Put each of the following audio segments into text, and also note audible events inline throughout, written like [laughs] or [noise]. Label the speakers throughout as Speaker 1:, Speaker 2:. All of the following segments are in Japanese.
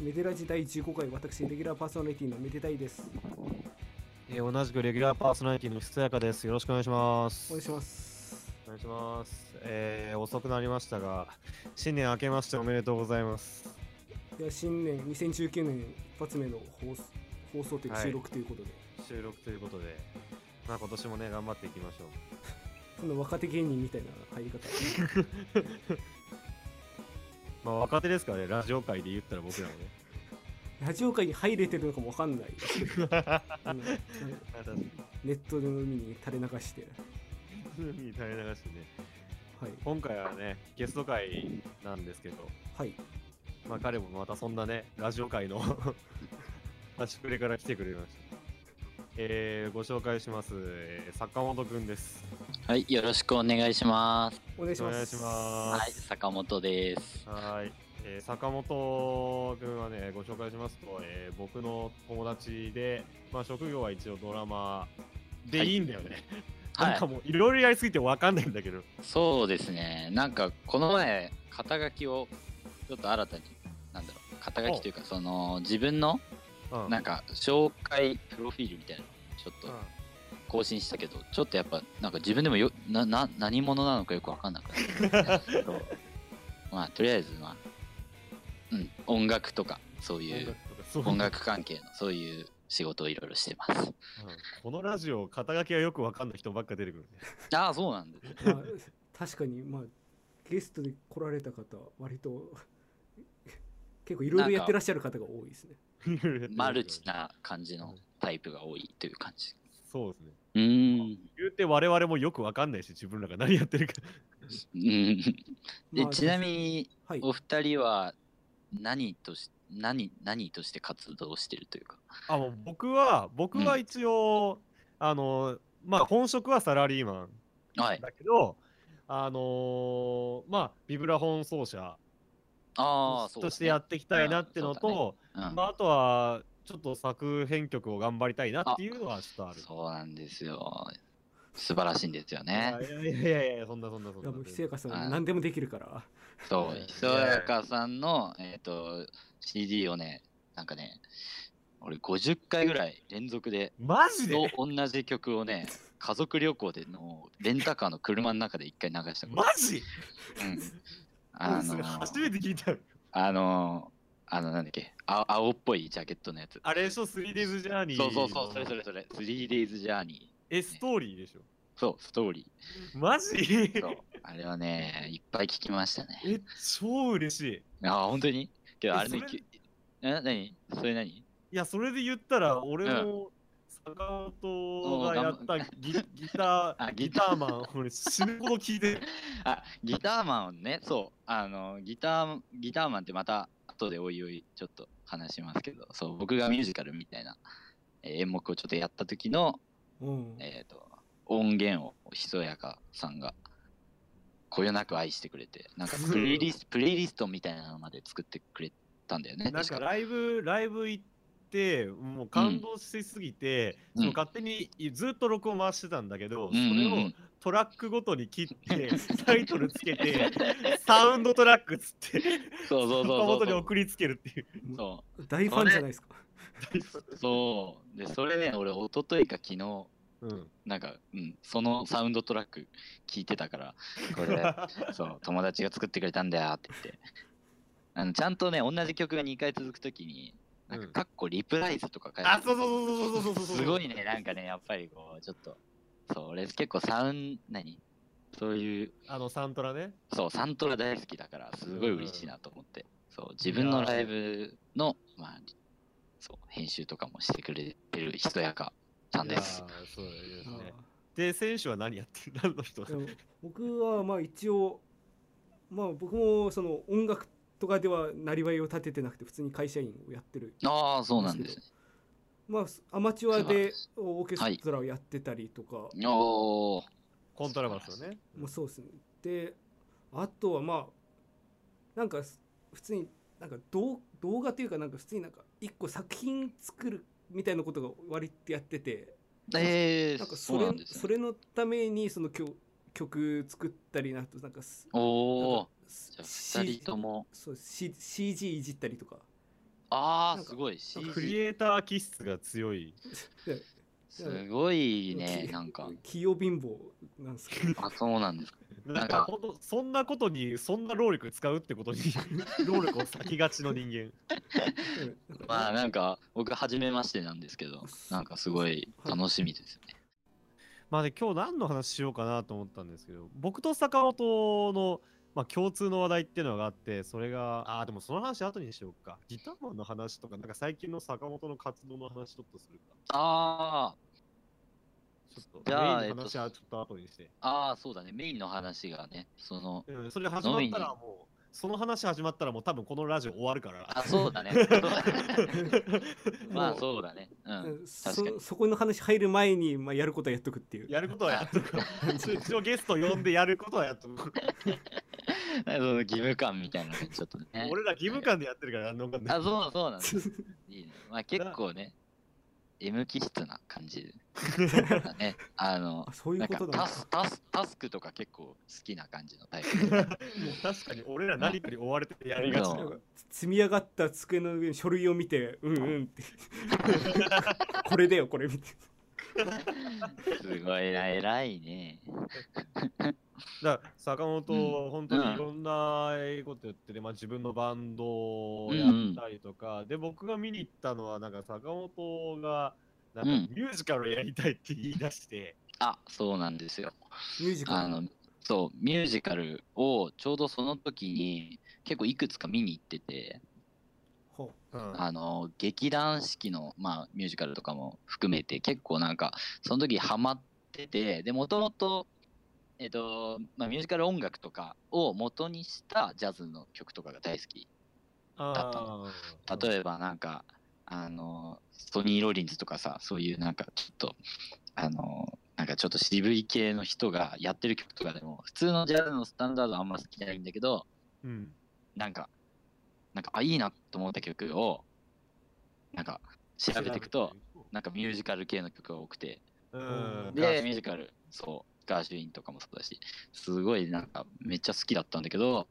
Speaker 1: デラジ第15回、私、レギュラーパーソナリティのめでたいです。
Speaker 2: えー同じくレギュラーパーソナリティのひつやかです。よろしくお願いします。
Speaker 1: お願いします。
Speaker 2: お願いします。えー遅くなりましたが、新年明けましておめでとうございます。
Speaker 1: いや、新年2019年一発目の放送放送というか
Speaker 2: はい
Speaker 1: 収録ということで、
Speaker 2: 収録ということで、まあ今年もね、頑張っていきましょう。
Speaker 1: この若手芸人みたいな入り方。
Speaker 2: まあ若手ですからね、ラジオ界で言ったら僕 [laughs] らもね。
Speaker 1: ラジオ界に入れてるのかもわかん
Speaker 2: [laughs]
Speaker 1: ない。あのネットの海に垂れ流して。
Speaker 2: 海に垂れ流してね。
Speaker 1: はい。
Speaker 2: 今回はね、ゲスト会なんですけど、
Speaker 1: はい。
Speaker 2: まあ彼もまたそんなね、ラジオ界の [laughs] 端くれから来てくれました。えーご紹介します、えー坂本くんです。
Speaker 3: はい、よろしくお願いします。
Speaker 1: お願いします。
Speaker 2: お願いしま
Speaker 3: はい、坂本です。
Speaker 2: はい、えー坂本君はね、ご紹介しますと、えー僕の友達で、まあ、職業は一応ドラマで
Speaker 3: はい
Speaker 2: いいんだよね。
Speaker 3: は
Speaker 2: なんか
Speaker 3: い、
Speaker 2: もういろいろやりすぎてわかんないんだけど。
Speaker 3: そうですね。なんかこの前肩書きをちょっと新たに、なんだろう、肩書きというかその自分の
Speaker 2: うん
Speaker 3: なんか紹介プロフィールみたいなのちょっ
Speaker 2: う
Speaker 3: と
Speaker 2: ん
Speaker 3: 更新したけど、ちょっとやっぱなんか自分でもよなな何者なのかよくわかんなくなってきたけど [laughs] まあとりあえずまあ、うん、音楽とかそうい
Speaker 2: 音
Speaker 3: う
Speaker 2: 楽とかそう
Speaker 3: 音楽関係のそういう仕事をいろいろしてます。
Speaker 2: うんこのラジオ、肩書きがよくわかんない人ばっか出てくるね。
Speaker 3: ああ、そうなんです。
Speaker 1: まあ確かに、まあ、ゲストで来られた方、割と結構いろいろやってらっしゃる方が多いですね。
Speaker 3: マルチな感じのタイプが多いという感じ。
Speaker 2: そうですね。
Speaker 3: うーん。
Speaker 2: 言うて我々もよくわかんないし、自分らが何やってるか。
Speaker 3: うんで
Speaker 1: まあ
Speaker 3: ちなみ、に、
Speaker 1: はい、
Speaker 3: お二人は何とし、何、何として活動してるというか。
Speaker 2: あ、もう僕は、僕は一応、あの、まあ本職はサラリーマン。
Speaker 3: はい。
Speaker 2: だけど、あのーまあ、ビブラフォン奏者
Speaker 3: ああ、そう、
Speaker 2: としてやっていきたいなっての
Speaker 3: うん
Speaker 2: と、
Speaker 3: うん
Speaker 2: まあ、あとは、ちょっと作編曲を頑張りたいなっていうのはちょっとある。
Speaker 3: そうなんですよ。素晴らしいんですよね。
Speaker 2: いやいやいやいや、そんなそんなそん
Speaker 1: いや
Speaker 2: な。
Speaker 1: もうひせやかさ
Speaker 3: は
Speaker 1: ん、
Speaker 3: い
Speaker 1: 何でもできるから。
Speaker 3: そ
Speaker 2: えー
Speaker 3: う、ひそやかさんの、えっ、と、CD をね、なんかね、俺50回ぐらい連続で
Speaker 2: マジ
Speaker 3: と
Speaker 2: で
Speaker 3: 同じ曲をね、家族旅行でのレンタカーの車の中で一回流したこと
Speaker 2: マジ
Speaker 3: うんあ
Speaker 2: そ
Speaker 3: の
Speaker 2: れ初めて聞いた。
Speaker 3: あの、あの、なんだっけ、あ青っぽいジャケットのやつ。
Speaker 2: あれでしょ、3days ジャーニー。
Speaker 3: そうそうそう、それそれそれ、3days ジャーニ
Speaker 2: え、ストーリーでしょ。
Speaker 3: ー。そう、ストーリ
Speaker 2: マジ
Speaker 3: ー。そう、あれはね、いっぱい聞きました
Speaker 2: [laughs]
Speaker 3: ね。
Speaker 2: え、超嬉しい。
Speaker 3: あ、本当にけど、
Speaker 2: え
Speaker 3: あれね
Speaker 2: それ、
Speaker 3: きえ、何それ何
Speaker 2: いや、それで言ったら、俺も、坂本がやった
Speaker 3: [laughs]
Speaker 2: ギギター、
Speaker 3: あ
Speaker 2: ギ
Speaker 3: ギ
Speaker 2: タ
Speaker 3: ター
Speaker 2: ーマン、俺死ぬほど聞い
Speaker 3: [laughs]
Speaker 2: てる。
Speaker 3: あ、ギターマンをね、そう、あの、ギター、ギターマンってまた、後でおいおい、ちょっと話しますけど、そう、僕がミュージカルみたいな、えー演目をちょっとやった時の、
Speaker 1: うん。
Speaker 3: えー、と音源をひそやかさんがこよなく愛してくれてなんかプレイ
Speaker 2: [laughs]
Speaker 3: リスプレイリストみたいなのまで作ってくれたんだよね
Speaker 2: なん
Speaker 3: 確
Speaker 2: か
Speaker 3: か
Speaker 2: ライブ、ライブ行って、もう感動しすぎて、
Speaker 3: うん
Speaker 2: その勝手にずっと録音回してたんだけど、
Speaker 3: うんうん
Speaker 2: それ
Speaker 3: う
Speaker 2: を
Speaker 3: ん
Speaker 2: トラックごとに切って、 [laughs] タイトルつけて、サウンドトラックつって、
Speaker 3: そうそう
Speaker 2: 坂
Speaker 3: そう
Speaker 2: 本に
Speaker 3: そう
Speaker 2: 送りつけるっていう。
Speaker 3: [laughs] そ
Speaker 1: 大ファンじゃないですか。
Speaker 3: うそうでそれね俺一昨日か昨日
Speaker 2: うん、
Speaker 3: なんか、うん、そのサウンドトラック聞いてたからこ
Speaker 2: [laughs]
Speaker 3: れそう友達が作ってくれたんだよって言ってあのちゃんとね同じ曲が2回続くときになんか
Speaker 2: うん
Speaker 3: かっこリプライズとか書いて
Speaker 2: あ、そうそうそうそうそうそうそう。
Speaker 3: すごいね、なんかね、やっぱりこう、ちょっと、そう、俺結構サウン、何そういう、
Speaker 2: あの、サントラね。
Speaker 3: そう、サントラ大好きだから、すごい嬉しいなと思って、そう、自分のライブの、まあ、そう、編集とかもしてくれてる人やかさんです。
Speaker 2: いやー。そうですね。
Speaker 1: あ
Speaker 2: で、選手は何やってる何の人
Speaker 1: ーでも僕はまあ一応、まあ僕もその音楽とかではなりわいを立ててなくて、普通に会社員をやってる。
Speaker 3: ああ、そうなんですね。
Speaker 1: まあアマチュアで
Speaker 3: 素
Speaker 1: オーケストラをやってたりとか、
Speaker 3: おー、
Speaker 2: コントラバスよね。
Speaker 1: もうそうですね。で、あとはまあ、なんかす普通になんか動動画というか、なんか普通になんか一個作品作るみたいなことが割とやってて、
Speaker 3: えー、
Speaker 1: なんかそ
Speaker 3: そう
Speaker 1: れ
Speaker 3: な
Speaker 1: そ
Speaker 3: んですね。
Speaker 1: れのためにその曲曲作ったりなとなんかす
Speaker 3: お
Speaker 1: なん
Speaker 3: ー
Speaker 1: か、
Speaker 3: じゃあ
Speaker 1: C-
Speaker 3: 二人とも、
Speaker 1: そう C- CG いじったりとか
Speaker 3: あ
Speaker 1: な
Speaker 3: あ
Speaker 1: んか
Speaker 3: すごい
Speaker 2: ク
Speaker 3: CG
Speaker 2: リエイター気質が強い。
Speaker 3: すごいね
Speaker 1: き
Speaker 3: なんか
Speaker 1: 器用貧乏なんですけど
Speaker 3: あそうなんですか
Speaker 2: なんかほんとそんなことにそんな労力使うってこと [laughs] に労力を割きがちの人間。
Speaker 1: なんか
Speaker 3: まあなんか僕初めましてなんですけどなんかすごい楽しみですよね
Speaker 2: まあね今日何の話しようかなと思ったんですけど僕と坂本の、まあ、共通の話題っていうのがあってそれがあーでもその話後にしようかギターマンの話とかなんか最近の坂本の活動の話ちょっとするか
Speaker 3: あ
Speaker 2: ちょっと
Speaker 3: じゃあ
Speaker 2: メイン
Speaker 3: えっ
Speaker 2: の
Speaker 3: と
Speaker 2: 話はちょっと後にして、
Speaker 3: あああそうだねメインの話がねその
Speaker 2: うん、それ始まったらもうその話始まったらもう多分このラジオ終わるから
Speaker 1: [laughs]
Speaker 3: あそうだねまあそうだねうん確か
Speaker 1: そ
Speaker 3: に
Speaker 1: そこの話入る前に、まあ、やることはやっとくって [laughs] いう
Speaker 2: [laughs] やることはやっとく一応ゲスト呼んでやることはやっとく
Speaker 3: その義務感みたいなのがちょっとね
Speaker 2: 俺ら義務感でやってるからやんのかんない
Speaker 3: あそうそう
Speaker 1: [laughs]
Speaker 3: なんだいいね。まあ結構ね、M 気質な感じ
Speaker 1: [laughs]
Speaker 3: で。だね、あの
Speaker 1: あ、そうい
Speaker 3: な
Speaker 1: うんこ
Speaker 3: か
Speaker 1: とだ
Speaker 3: タスタスタスクとか結構好きな感じのタイプ。
Speaker 1: [laughs]
Speaker 2: もう確かに俺ら何かに追われてやりがち
Speaker 3: そ
Speaker 2: だ
Speaker 1: な
Speaker 3: う
Speaker 1: んか積み上がった机の上に書類を見てうんうんって
Speaker 3: [laughs]
Speaker 1: これだよこれみたい
Speaker 3: すごいな、偉いね。
Speaker 2: だから坂本
Speaker 3: う
Speaker 2: は本
Speaker 3: う
Speaker 2: 当
Speaker 3: ん
Speaker 2: にいろんなことやってて、まあ、自分のバンドをやったりとか、で僕が見に行ったのはなんか坂本がなんか
Speaker 3: うん
Speaker 2: ミュージカルをやりたいって言い出して、
Speaker 3: あ、そうなんですよ。
Speaker 1: なミュージカル
Speaker 3: あの、そう、ミュージカルをちょうどその時に結構いくつか見に行ってて、
Speaker 1: ほ
Speaker 3: あの、劇団四季の、まあ、ミュージカルとかも含めて結構なんか、その時ハマってて、で、もともと、えっと、まあ、ミュージカル音楽とかを元にしたジャズの曲とかが大好き
Speaker 2: あー
Speaker 3: 例えばなんかあのソニー・ロリンズとかさそういうなんかちょっとあのなんかちょっと渋い系の人がやってる曲とかでも普通のジャズのスタンダードはあんま好きじゃないんだけど
Speaker 2: うん、
Speaker 3: なんかなんかあいいなと思った曲をなんか調べていくとなんかミュージカル系の曲が多くて
Speaker 2: うん、
Speaker 3: でミュージカルそうガーシュウィンとかもそうだしすごいなんかめっちゃ好きだったんだけど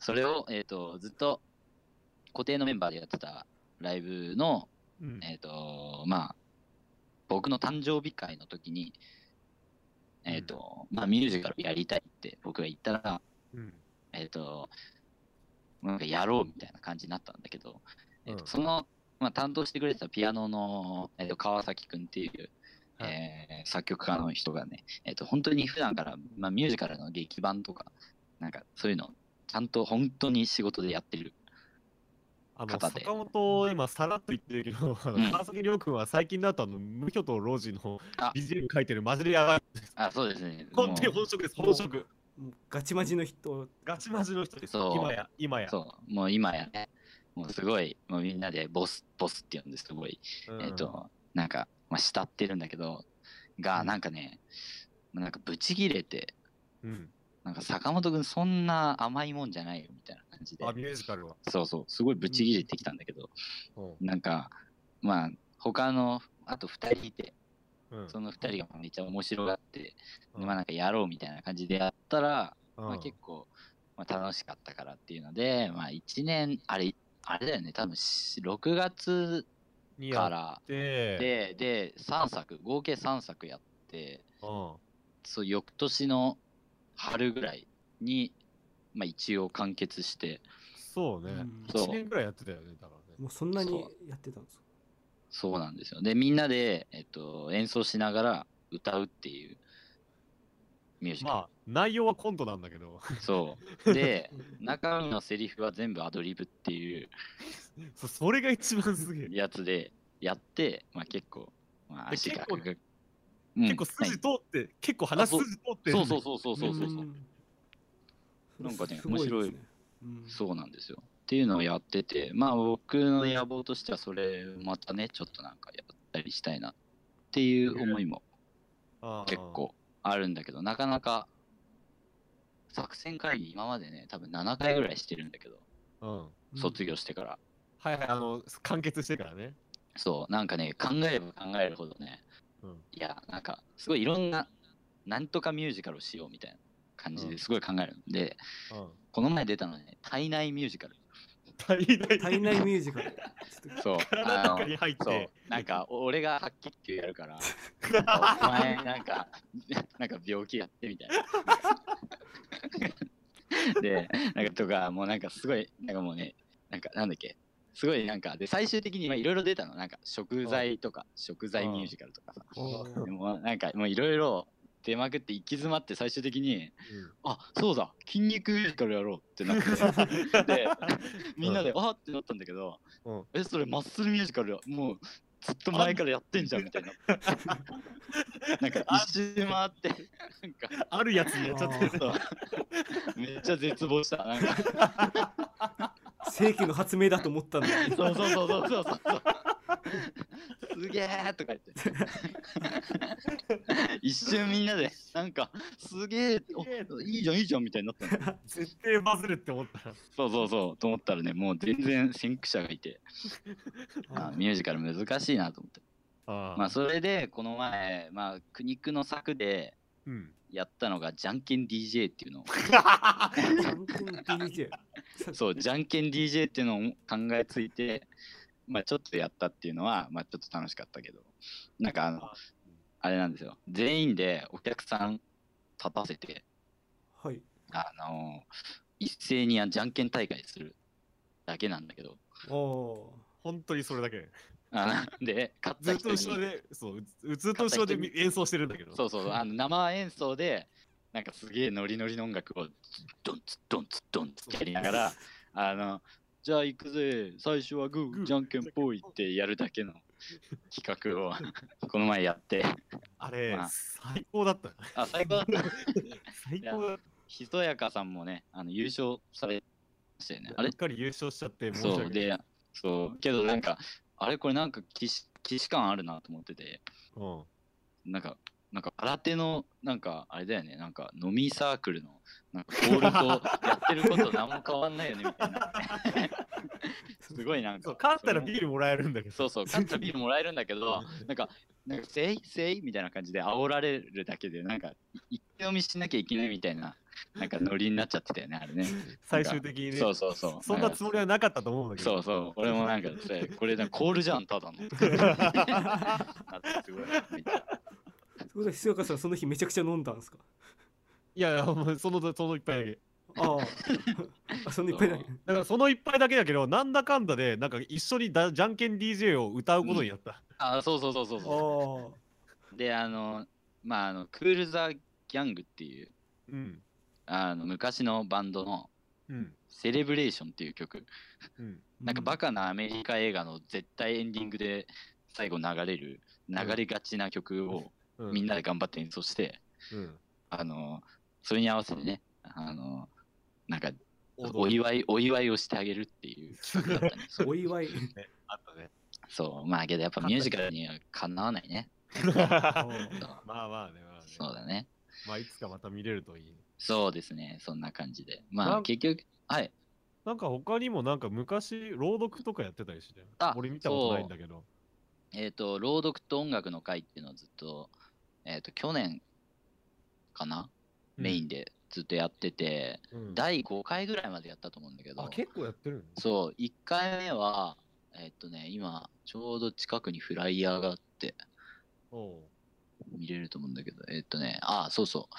Speaker 3: それを、えー、とずっと固定のメンバーでやってたライブの
Speaker 2: うん
Speaker 3: えっ、と、まあ、僕の誕生日会の時に、えっ、と、まあ、ミュージカルやりたいって僕が言ったら、
Speaker 2: うん
Speaker 3: えっ、と、なんかやろうみたいな感じになったんだけど、えーと
Speaker 2: うん
Speaker 3: その、まあ、担当してくれてたピアノの、えー、と川崎くんっていう、
Speaker 2: はい
Speaker 3: えー作曲家の人がね、えー、と本当に普段から、まあ、ミュージカルの劇版とか、なんかそういうの、ちゃんと本当に仕事でやってる。
Speaker 2: あの
Speaker 3: 方で
Speaker 2: 坂本、今、さらっと言ってるけど、あの
Speaker 3: うん
Speaker 2: 川崎亮君は最近だと、あの、無許と老人の
Speaker 3: あ
Speaker 2: BGM 書いてる、マジでやばい。
Speaker 3: あ、そうですね。
Speaker 2: 本当に
Speaker 3: もう
Speaker 2: 本職です、本職。
Speaker 1: うもうガチマジの人
Speaker 2: ガチマジの人です、
Speaker 3: そう
Speaker 2: 今や、今や。
Speaker 3: そう、もう今やね、もうすごい、もうみんなでボス、ボスって呼んですごい、
Speaker 2: うん
Speaker 3: えっ、と、なんか、まあ、慕ってるんだけど、が、
Speaker 2: うん
Speaker 3: なんかね、なんかブチギレて、
Speaker 2: うん、
Speaker 3: なんか坂本くんそんな甘いもんじゃないよみたいな感じで
Speaker 2: あ、、ミュージカルは。
Speaker 3: そうそう、すごいブチギレてきたんだけど、
Speaker 2: うん
Speaker 3: なんか、まあ、他の、あと2人いて、
Speaker 2: うん
Speaker 3: その2人がめっちゃ面白がって、
Speaker 2: うん
Speaker 3: まあなんかやろうみたいな感じでやったら、
Speaker 2: うん
Speaker 3: まあ、結構、まあ、楽しかったからっていうので、まあ、1年あれあれだよね多分し6月
Speaker 2: にや
Speaker 3: か
Speaker 2: っ
Speaker 3: ら
Speaker 2: て、
Speaker 3: でで3作合計3作やって
Speaker 2: うん
Speaker 3: そう翌年の春ぐらいに、まあ、一応完結して
Speaker 2: そうね。
Speaker 3: そう
Speaker 2: 1年ぐらいやってたよね、だからね。
Speaker 1: もうそんなにやってたんですか
Speaker 3: そうなんですよでみんなで、えっと、演奏しながら歌うっていうミュージカ
Speaker 2: まあ、内容はコントなんだけど、 [laughs]
Speaker 3: ル、そうで中身のセリフは全部アドリブっていう
Speaker 2: そそれが一番すげえ。
Speaker 3: やつでやって、まあ、結構、まあ、
Speaker 2: で
Speaker 3: 足が
Speaker 2: 結構
Speaker 3: ガクガク
Speaker 2: 結構
Speaker 3: うん
Speaker 2: 筋通
Speaker 3: は
Speaker 2: って、結構話
Speaker 3: あそう
Speaker 2: 筋通ってる
Speaker 3: いそ
Speaker 2: ね。
Speaker 3: うそうそうそうそうそうそう、
Speaker 1: ん
Speaker 3: なんかね
Speaker 1: すごです
Speaker 3: 面白い
Speaker 1: うん
Speaker 3: そうなんですよっていうのをやっててまあ僕の野望としてはそれまたねちょっとなんかやったりしたいなっていう思いも
Speaker 2: あー
Speaker 3: 結。構あるんだけどなかなか作戦会議今までね多分7回ぐらいしてるんだけど
Speaker 2: うん。
Speaker 1: うん
Speaker 3: 卒業してから、
Speaker 2: はいはい、あの、完結してからね。
Speaker 3: そうなんかね考えれば考えるほどね、
Speaker 2: うん
Speaker 3: いやなんかすごいいろんななんとかミュージカルをしようみたいな感じ
Speaker 2: う
Speaker 3: で
Speaker 2: ん
Speaker 3: すごい考えるんで、
Speaker 2: うん。
Speaker 3: この前出たのね体内ミュージカル
Speaker 2: 体内
Speaker 1: 体内ミュージカル。ちょっと
Speaker 2: [laughs]
Speaker 3: そう。
Speaker 2: 体の
Speaker 3: あ
Speaker 2: 中
Speaker 3: の
Speaker 2: に入っ
Speaker 3: そ
Speaker 2: て
Speaker 3: う。なんか、俺が白血球や
Speaker 2: [laughs]
Speaker 3: るから、お前、なんか、 [laughs] なんか病気やってみたい
Speaker 2: [laughs]
Speaker 3: な。で、なんかとか、もうなんかすごい、なんかもうね、なんかなんだっけ、すごいなんか、で、最終的にまあいろいろ出たの、なんか食材とか、食材ミュージカルとかさ。でもなんか、もういろいろ出まくって行き詰まって最終的に、あそうだ筋肉ミュージカルやろうってなって
Speaker 2: [laughs]
Speaker 3: でみんなで、あってなったんだけど、
Speaker 2: うん
Speaker 3: えそれマッスルミュージカルやもうずっと前からやってんじゃんみた
Speaker 2: [laughs]
Speaker 3: いななんか一周回ってなんか
Speaker 2: あるやつにやっちゃってる
Speaker 3: そうめっちゃ絶望したなんか
Speaker 1: 世紀の発明だと思ったんだ。
Speaker 3: [laughs] そうそうそうそうそうそうすげえとか言って一瞬みんなでなんかすげえ
Speaker 2: すげえ
Speaker 3: おいいじゃんいいじゃんみたいになったの
Speaker 2: 絶対バズるって思ったら
Speaker 3: そうそうそうと思ったらねもう全然先駆者がいてあミュージカル難しいなと思って
Speaker 2: あ
Speaker 3: まあそれでこの前まあ苦肉の策で [laughs]
Speaker 2: うん
Speaker 3: やったのがじゃんけん DJ っていうのを
Speaker 1: 完全に DJ。
Speaker 3: そうじゃんけん DJ っていうのを考えついてまあちょっとやったっていうのはまあちょっと楽しかったけどなんかあのあれなんですよ全員でお客さん立たせて
Speaker 1: はい。
Speaker 3: あの一斉にじゃんけん大会するだけなんだけど
Speaker 1: お
Speaker 2: 本当にそれだけ
Speaker 3: あ
Speaker 2: [laughs]
Speaker 3: ので勝っ
Speaker 2: ず
Speaker 3: た
Speaker 2: っと
Speaker 3: 人
Speaker 2: 後ろ
Speaker 3: に
Speaker 2: でそううずっと後ろでみ演奏してるんだけど
Speaker 3: そうそうあの生演奏でなんかすげえノリノリの音楽をドンツドンツドンツってやりながらあのじゃあ行くぜ最初はグ
Speaker 2: グ
Speaker 3: ー
Speaker 2: ー
Speaker 3: じゃんけんぽいってやるだけの企画を [laughs] この前や
Speaker 2: [laughs]
Speaker 3: って
Speaker 2: あれ、
Speaker 3: まあ
Speaker 2: 最高だった
Speaker 3: あ最高だった
Speaker 2: 最高だっ
Speaker 3: ひそやかさんもねあの優勝されましたよね
Speaker 2: た
Speaker 3: あ
Speaker 2: う
Speaker 3: れ
Speaker 2: っかり優勝しちゃって申し
Speaker 3: そ
Speaker 2: 訳
Speaker 3: う
Speaker 2: ない
Speaker 3: でそうけどなんかあれこれなんか既視既視感あるなと思ってて
Speaker 2: うん
Speaker 3: なんか、なんか空手の、なんかあれだよね、なんか飲みサークルの、なんかボールとやってること何も変わんないよね、みた
Speaker 2: [laughs]
Speaker 3: いな。すごいなん
Speaker 2: そう
Speaker 3: か。
Speaker 2: 勝ったら
Speaker 3: それ
Speaker 2: ビールもらえるんだけど
Speaker 3: そうそう、勝ったらビールもらえるんだけど、なんか、なんか、せいせいみたいな感じで煽られるだけで、なんか、一気飲みしなきゃいけないみたいな、なんかノリになっちゃってたよね、あれね。
Speaker 2: 最終的にね
Speaker 3: そうそうそう。
Speaker 2: そんなつもりはなかったと思うんだけ
Speaker 3: そ
Speaker 2: ど
Speaker 3: うそう、俺もなんか、それこれ、コールじゃん、ただの。なんかすごい
Speaker 1: ーそれでひそやかさん、その日めちゃくちゃ飲んだんですか
Speaker 2: いやいやもうそのその一杯だけ
Speaker 1: ああ。 [laughs] あ、そんないっぱいない。
Speaker 2: だからその一杯だけだけどなんだかんだでなんか一緒にだじゃんけん DJ を歌うことになった、
Speaker 3: あ、そうそうそうそうそう。
Speaker 1: あ
Speaker 3: であのまああのクール・ザ・ギャングっていう
Speaker 2: うん
Speaker 3: あの昔のバンドの
Speaker 2: うん
Speaker 3: 「セレブレーション」っていう曲
Speaker 2: うん
Speaker 1: あ。
Speaker 3: なんかバカなアメリカ映画の絶対エンディングで最後流れる流れがちな曲を
Speaker 2: う
Speaker 3: みんなで頑張って演奏して、
Speaker 2: うん
Speaker 3: あのそれに合わせてねあのなんか
Speaker 2: 王道
Speaker 3: お祝いお祝いをしてあげるっていう企画だったね [laughs] そう
Speaker 1: お祝い。
Speaker 2: あったね
Speaker 3: そうまあけどやっぱミュージカルにはかなわないね
Speaker 2: [laughs]
Speaker 1: あ
Speaker 2: ま
Speaker 1: ー
Speaker 3: そう
Speaker 2: あまあねまあね
Speaker 3: そうだね
Speaker 2: まあいつかまた見れるといいね
Speaker 3: そうですねそんな感じでま
Speaker 2: な
Speaker 3: あ
Speaker 2: ん
Speaker 3: 結局はい
Speaker 2: なんか他にもなんか昔朗読とかやってたりして
Speaker 3: あ
Speaker 2: 俺見たことないんだけど
Speaker 3: えっ、と、朗読と音楽の会っていうのをずっと、えっ、と、去年かな、メインでずっとやってて、
Speaker 2: うん
Speaker 3: 第5回ぐらいまでやったと思うんだけど
Speaker 2: あ、結構やってる
Speaker 3: そう、1回目は、えっ、とね、今、ちょうど近くにフライヤーがあって、
Speaker 2: のおう
Speaker 3: 見れると思うんだけど、えっ、とね、あ、そうそう。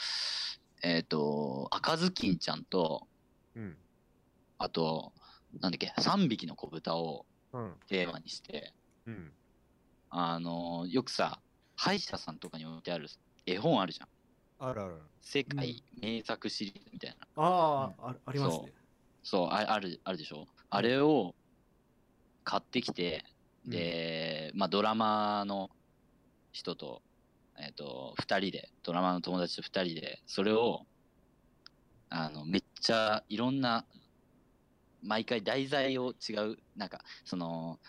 Speaker 3: えっ、と、赤ずきんちゃんと、
Speaker 2: うん
Speaker 3: あと、なんだっけ、3匹の子豚を
Speaker 2: うん
Speaker 3: テーマにして、
Speaker 2: うん
Speaker 3: あのよくさ、歯医者さんとかに置いてある絵本あるじゃん。
Speaker 2: あるある
Speaker 3: 世界名作シリーズみたいな、
Speaker 1: あー、あありますね。
Speaker 3: そうああるあるでしょあれを買ってきて、で、まあ、ドラマの人と,、えっと2人でドラマの友達と2人でそれをあのめっちゃいろんな毎回題材を違うなんかその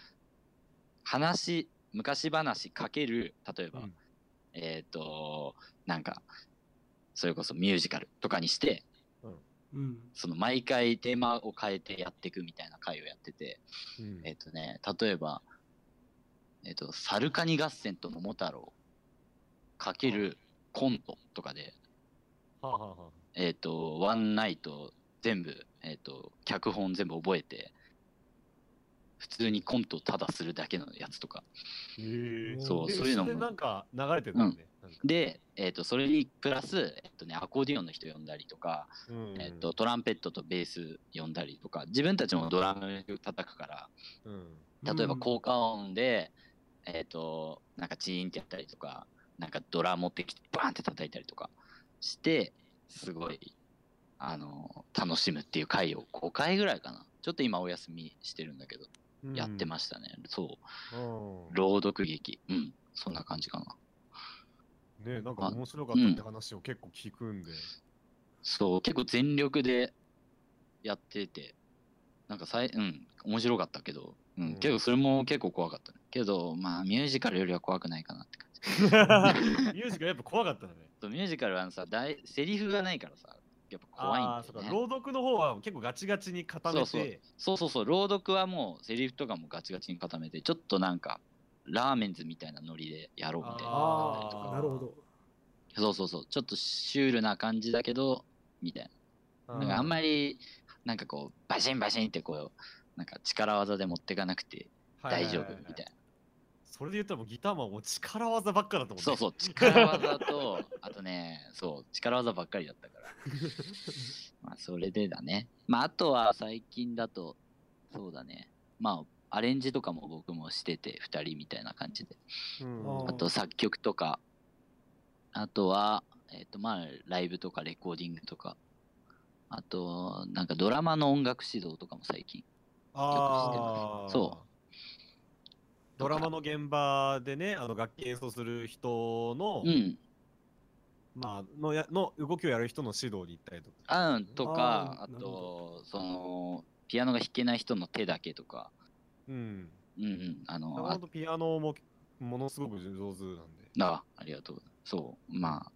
Speaker 3: 話昔話かける例えば、
Speaker 2: うん
Speaker 3: えっ、となんかそれこそミュージカルとかにして
Speaker 1: うん。
Speaker 3: その毎回テーマを変えてやっていくみたいな回をやってて、
Speaker 2: うん
Speaker 3: えっ、とね、例えば、えっ、と、サルカニ合戦と桃太郎かけるコントとかで、
Speaker 2: はあはあはあ
Speaker 3: えっ、と、ワンナイト全部、えっ、と、脚本全部覚えて、普通にコントをただするだけのやつとか
Speaker 2: へ
Speaker 1: え
Speaker 3: そう
Speaker 2: え
Speaker 3: そういうのも
Speaker 2: れなんか流れてるんだね。なんか
Speaker 3: で、えー、とそれにプラス、えーとね、アコーディオンの人呼んだりとか、
Speaker 2: うんうん
Speaker 3: えー、とトランペットとベース呼んだりとか自分たちもドラム叩くから
Speaker 2: うん
Speaker 3: 例えば効果音で、えっ、と、なんかチーンってやったりとか、なんかドラ持ってきてバーンって叩いたりとかして、すごい、あの、楽しむっていう回を5回ぐらいかな。ちょっと今お休みしてるんだけど、やってましたね。そう。
Speaker 2: うん
Speaker 3: 朗読劇。うん。そんな感じかな。
Speaker 2: ねなんか面白かったって話を結構聞くんで。
Speaker 3: そう。結構全力でやってて、なんかさい、うん、面白かったけど、う
Speaker 2: うん
Speaker 3: ん、けどそれも結構怖かった、ね。けど、まあ、ミュージカルよりは怖くないかなって感じ。
Speaker 2: ミュージカルやっぱ怖かったね。
Speaker 3: そうミュージカルはさ大セリフがないからさやっぱ [laughs] 怖いん
Speaker 2: ああ、そう
Speaker 3: だ
Speaker 2: か。
Speaker 3: よね
Speaker 2: 朗読の方は結構ガチガチに固めて。
Speaker 3: そうそうそう朗読はもうセリフとかもガチガチに固めてちょっとなんかラーメンズみたいなノリでやろうみたいなのだったりと
Speaker 1: ああ
Speaker 2: あー
Speaker 1: ーなるほど
Speaker 3: かそうそうそうちょっとシュールな感じだけどみたいななんかあんまりなんかこうバシンバシンってこうなんか力技で持ってかなくて
Speaker 2: はい
Speaker 3: 大
Speaker 2: はい
Speaker 3: 丈
Speaker 2: は
Speaker 3: 夫
Speaker 2: いはい
Speaker 3: みたいな
Speaker 2: それで言ったらもうギターマンもう力技ばっかだと思う。
Speaker 3: そうそう力技と [laughs] あとねそう力技ばっかりだったからまあそれでだねまああとは最近だとそうだねまあアレンジとかも僕もしてて2人みたいな感じで
Speaker 2: うん。
Speaker 1: あ
Speaker 3: あと作曲とかあとはえっ、とまあライブとかレコーディングとかあとなんかドラマの音楽指導とかも最近
Speaker 2: ああ。。
Speaker 3: そう
Speaker 2: ドラマの現場でね、あの楽器演奏する人の、
Speaker 3: うん
Speaker 2: まあのやの動きをやる人の指導に行ったりとか。
Speaker 3: あうんとか
Speaker 1: あー
Speaker 3: あ
Speaker 1: なる
Speaker 3: とそのピアノが弾けない人の手だけとか
Speaker 2: うん。
Speaker 3: うんうんあ
Speaker 2: なる
Speaker 3: のあ
Speaker 2: ほどピアノもものすごく上手なんで。
Speaker 3: あありがとう。そう、まあ、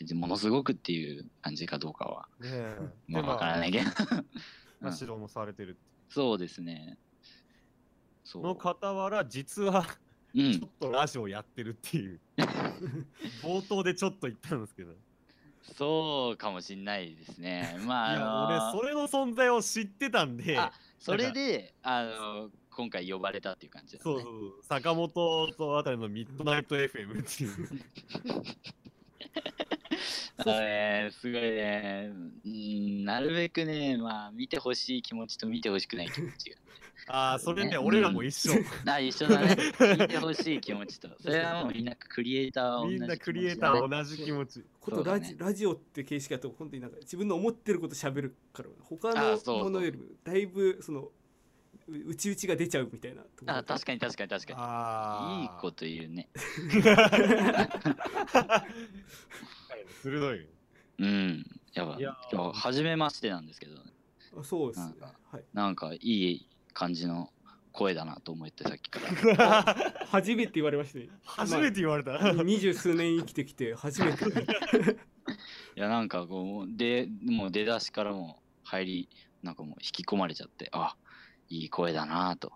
Speaker 3: 別にものすごくっていう感じかどうかは、 [laughs]
Speaker 2: ねえ。
Speaker 3: まあ、わからないけど、
Speaker 2: [laughs] ま
Speaker 3: う
Speaker 2: あ、
Speaker 3: ん
Speaker 2: 指導もされてるってい。
Speaker 3: そうですね。そうう
Speaker 2: の。傍ら、実は
Speaker 3: う
Speaker 2: ちょ
Speaker 3: ん
Speaker 2: っ、とラジオやってるって
Speaker 3: [laughs]
Speaker 2: いう。冒頭でちょっと言ったんですけど。い
Speaker 3: そうかもしんないですね。まあ、
Speaker 2: や、
Speaker 3: あの
Speaker 2: 俺、それの存在を知ってたんで、
Speaker 3: あそれで、あの、今回呼ばれたっていう感じだね。
Speaker 2: そうそうそう、坂本とあたりのミッドナイト FM って
Speaker 3: [laughs]
Speaker 2: いう。
Speaker 3: あのね、すごいね、うんなるべくね、まあ、見てほしい気持ちと見てほしくない気持
Speaker 2: [laughs]
Speaker 3: ちが。
Speaker 2: ああ、それね、
Speaker 3: ね
Speaker 2: 俺らも一緒。
Speaker 3: あ、一緒だね。見てほしい気持ちと。それはもうみんなクリエイターは同じ
Speaker 2: [laughs] みん
Speaker 3: 気持ちだ
Speaker 2: な
Speaker 3: ね
Speaker 2: クリエイター同じ気持ち。
Speaker 1: こ
Speaker 3: そ
Speaker 1: と
Speaker 3: うだ
Speaker 1: ラ
Speaker 3: ね
Speaker 1: ジ,、ラジオって形式だと本当になんか自分の思ってること喋るから他
Speaker 3: あそうそう
Speaker 1: のものよりもだいぶそのう内々が出ちゃうみたいなところ
Speaker 3: あ確かに確かに確かに。いい
Speaker 2: あ
Speaker 3: こ。と言うね。
Speaker 2: 鋭
Speaker 3: [laughs]
Speaker 2: い。
Speaker 3: うん。やば
Speaker 2: いやー
Speaker 3: 今日初めましてなんですけど、
Speaker 1: あそうですね
Speaker 3: なんか
Speaker 1: はい
Speaker 3: なんかいい感じの声だなと思ってさっ
Speaker 2: [laughs]
Speaker 3: きから。
Speaker 1: 初めて言われましたね
Speaker 2: 初めて言われた。
Speaker 1: まあ二十数年生きてきて初め
Speaker 3: [laughs]
Speaker 1: て
Speaker 3: いやなんかこうでもう出だしからもう入りなんかもう引き込まれちゃってあいい声だなと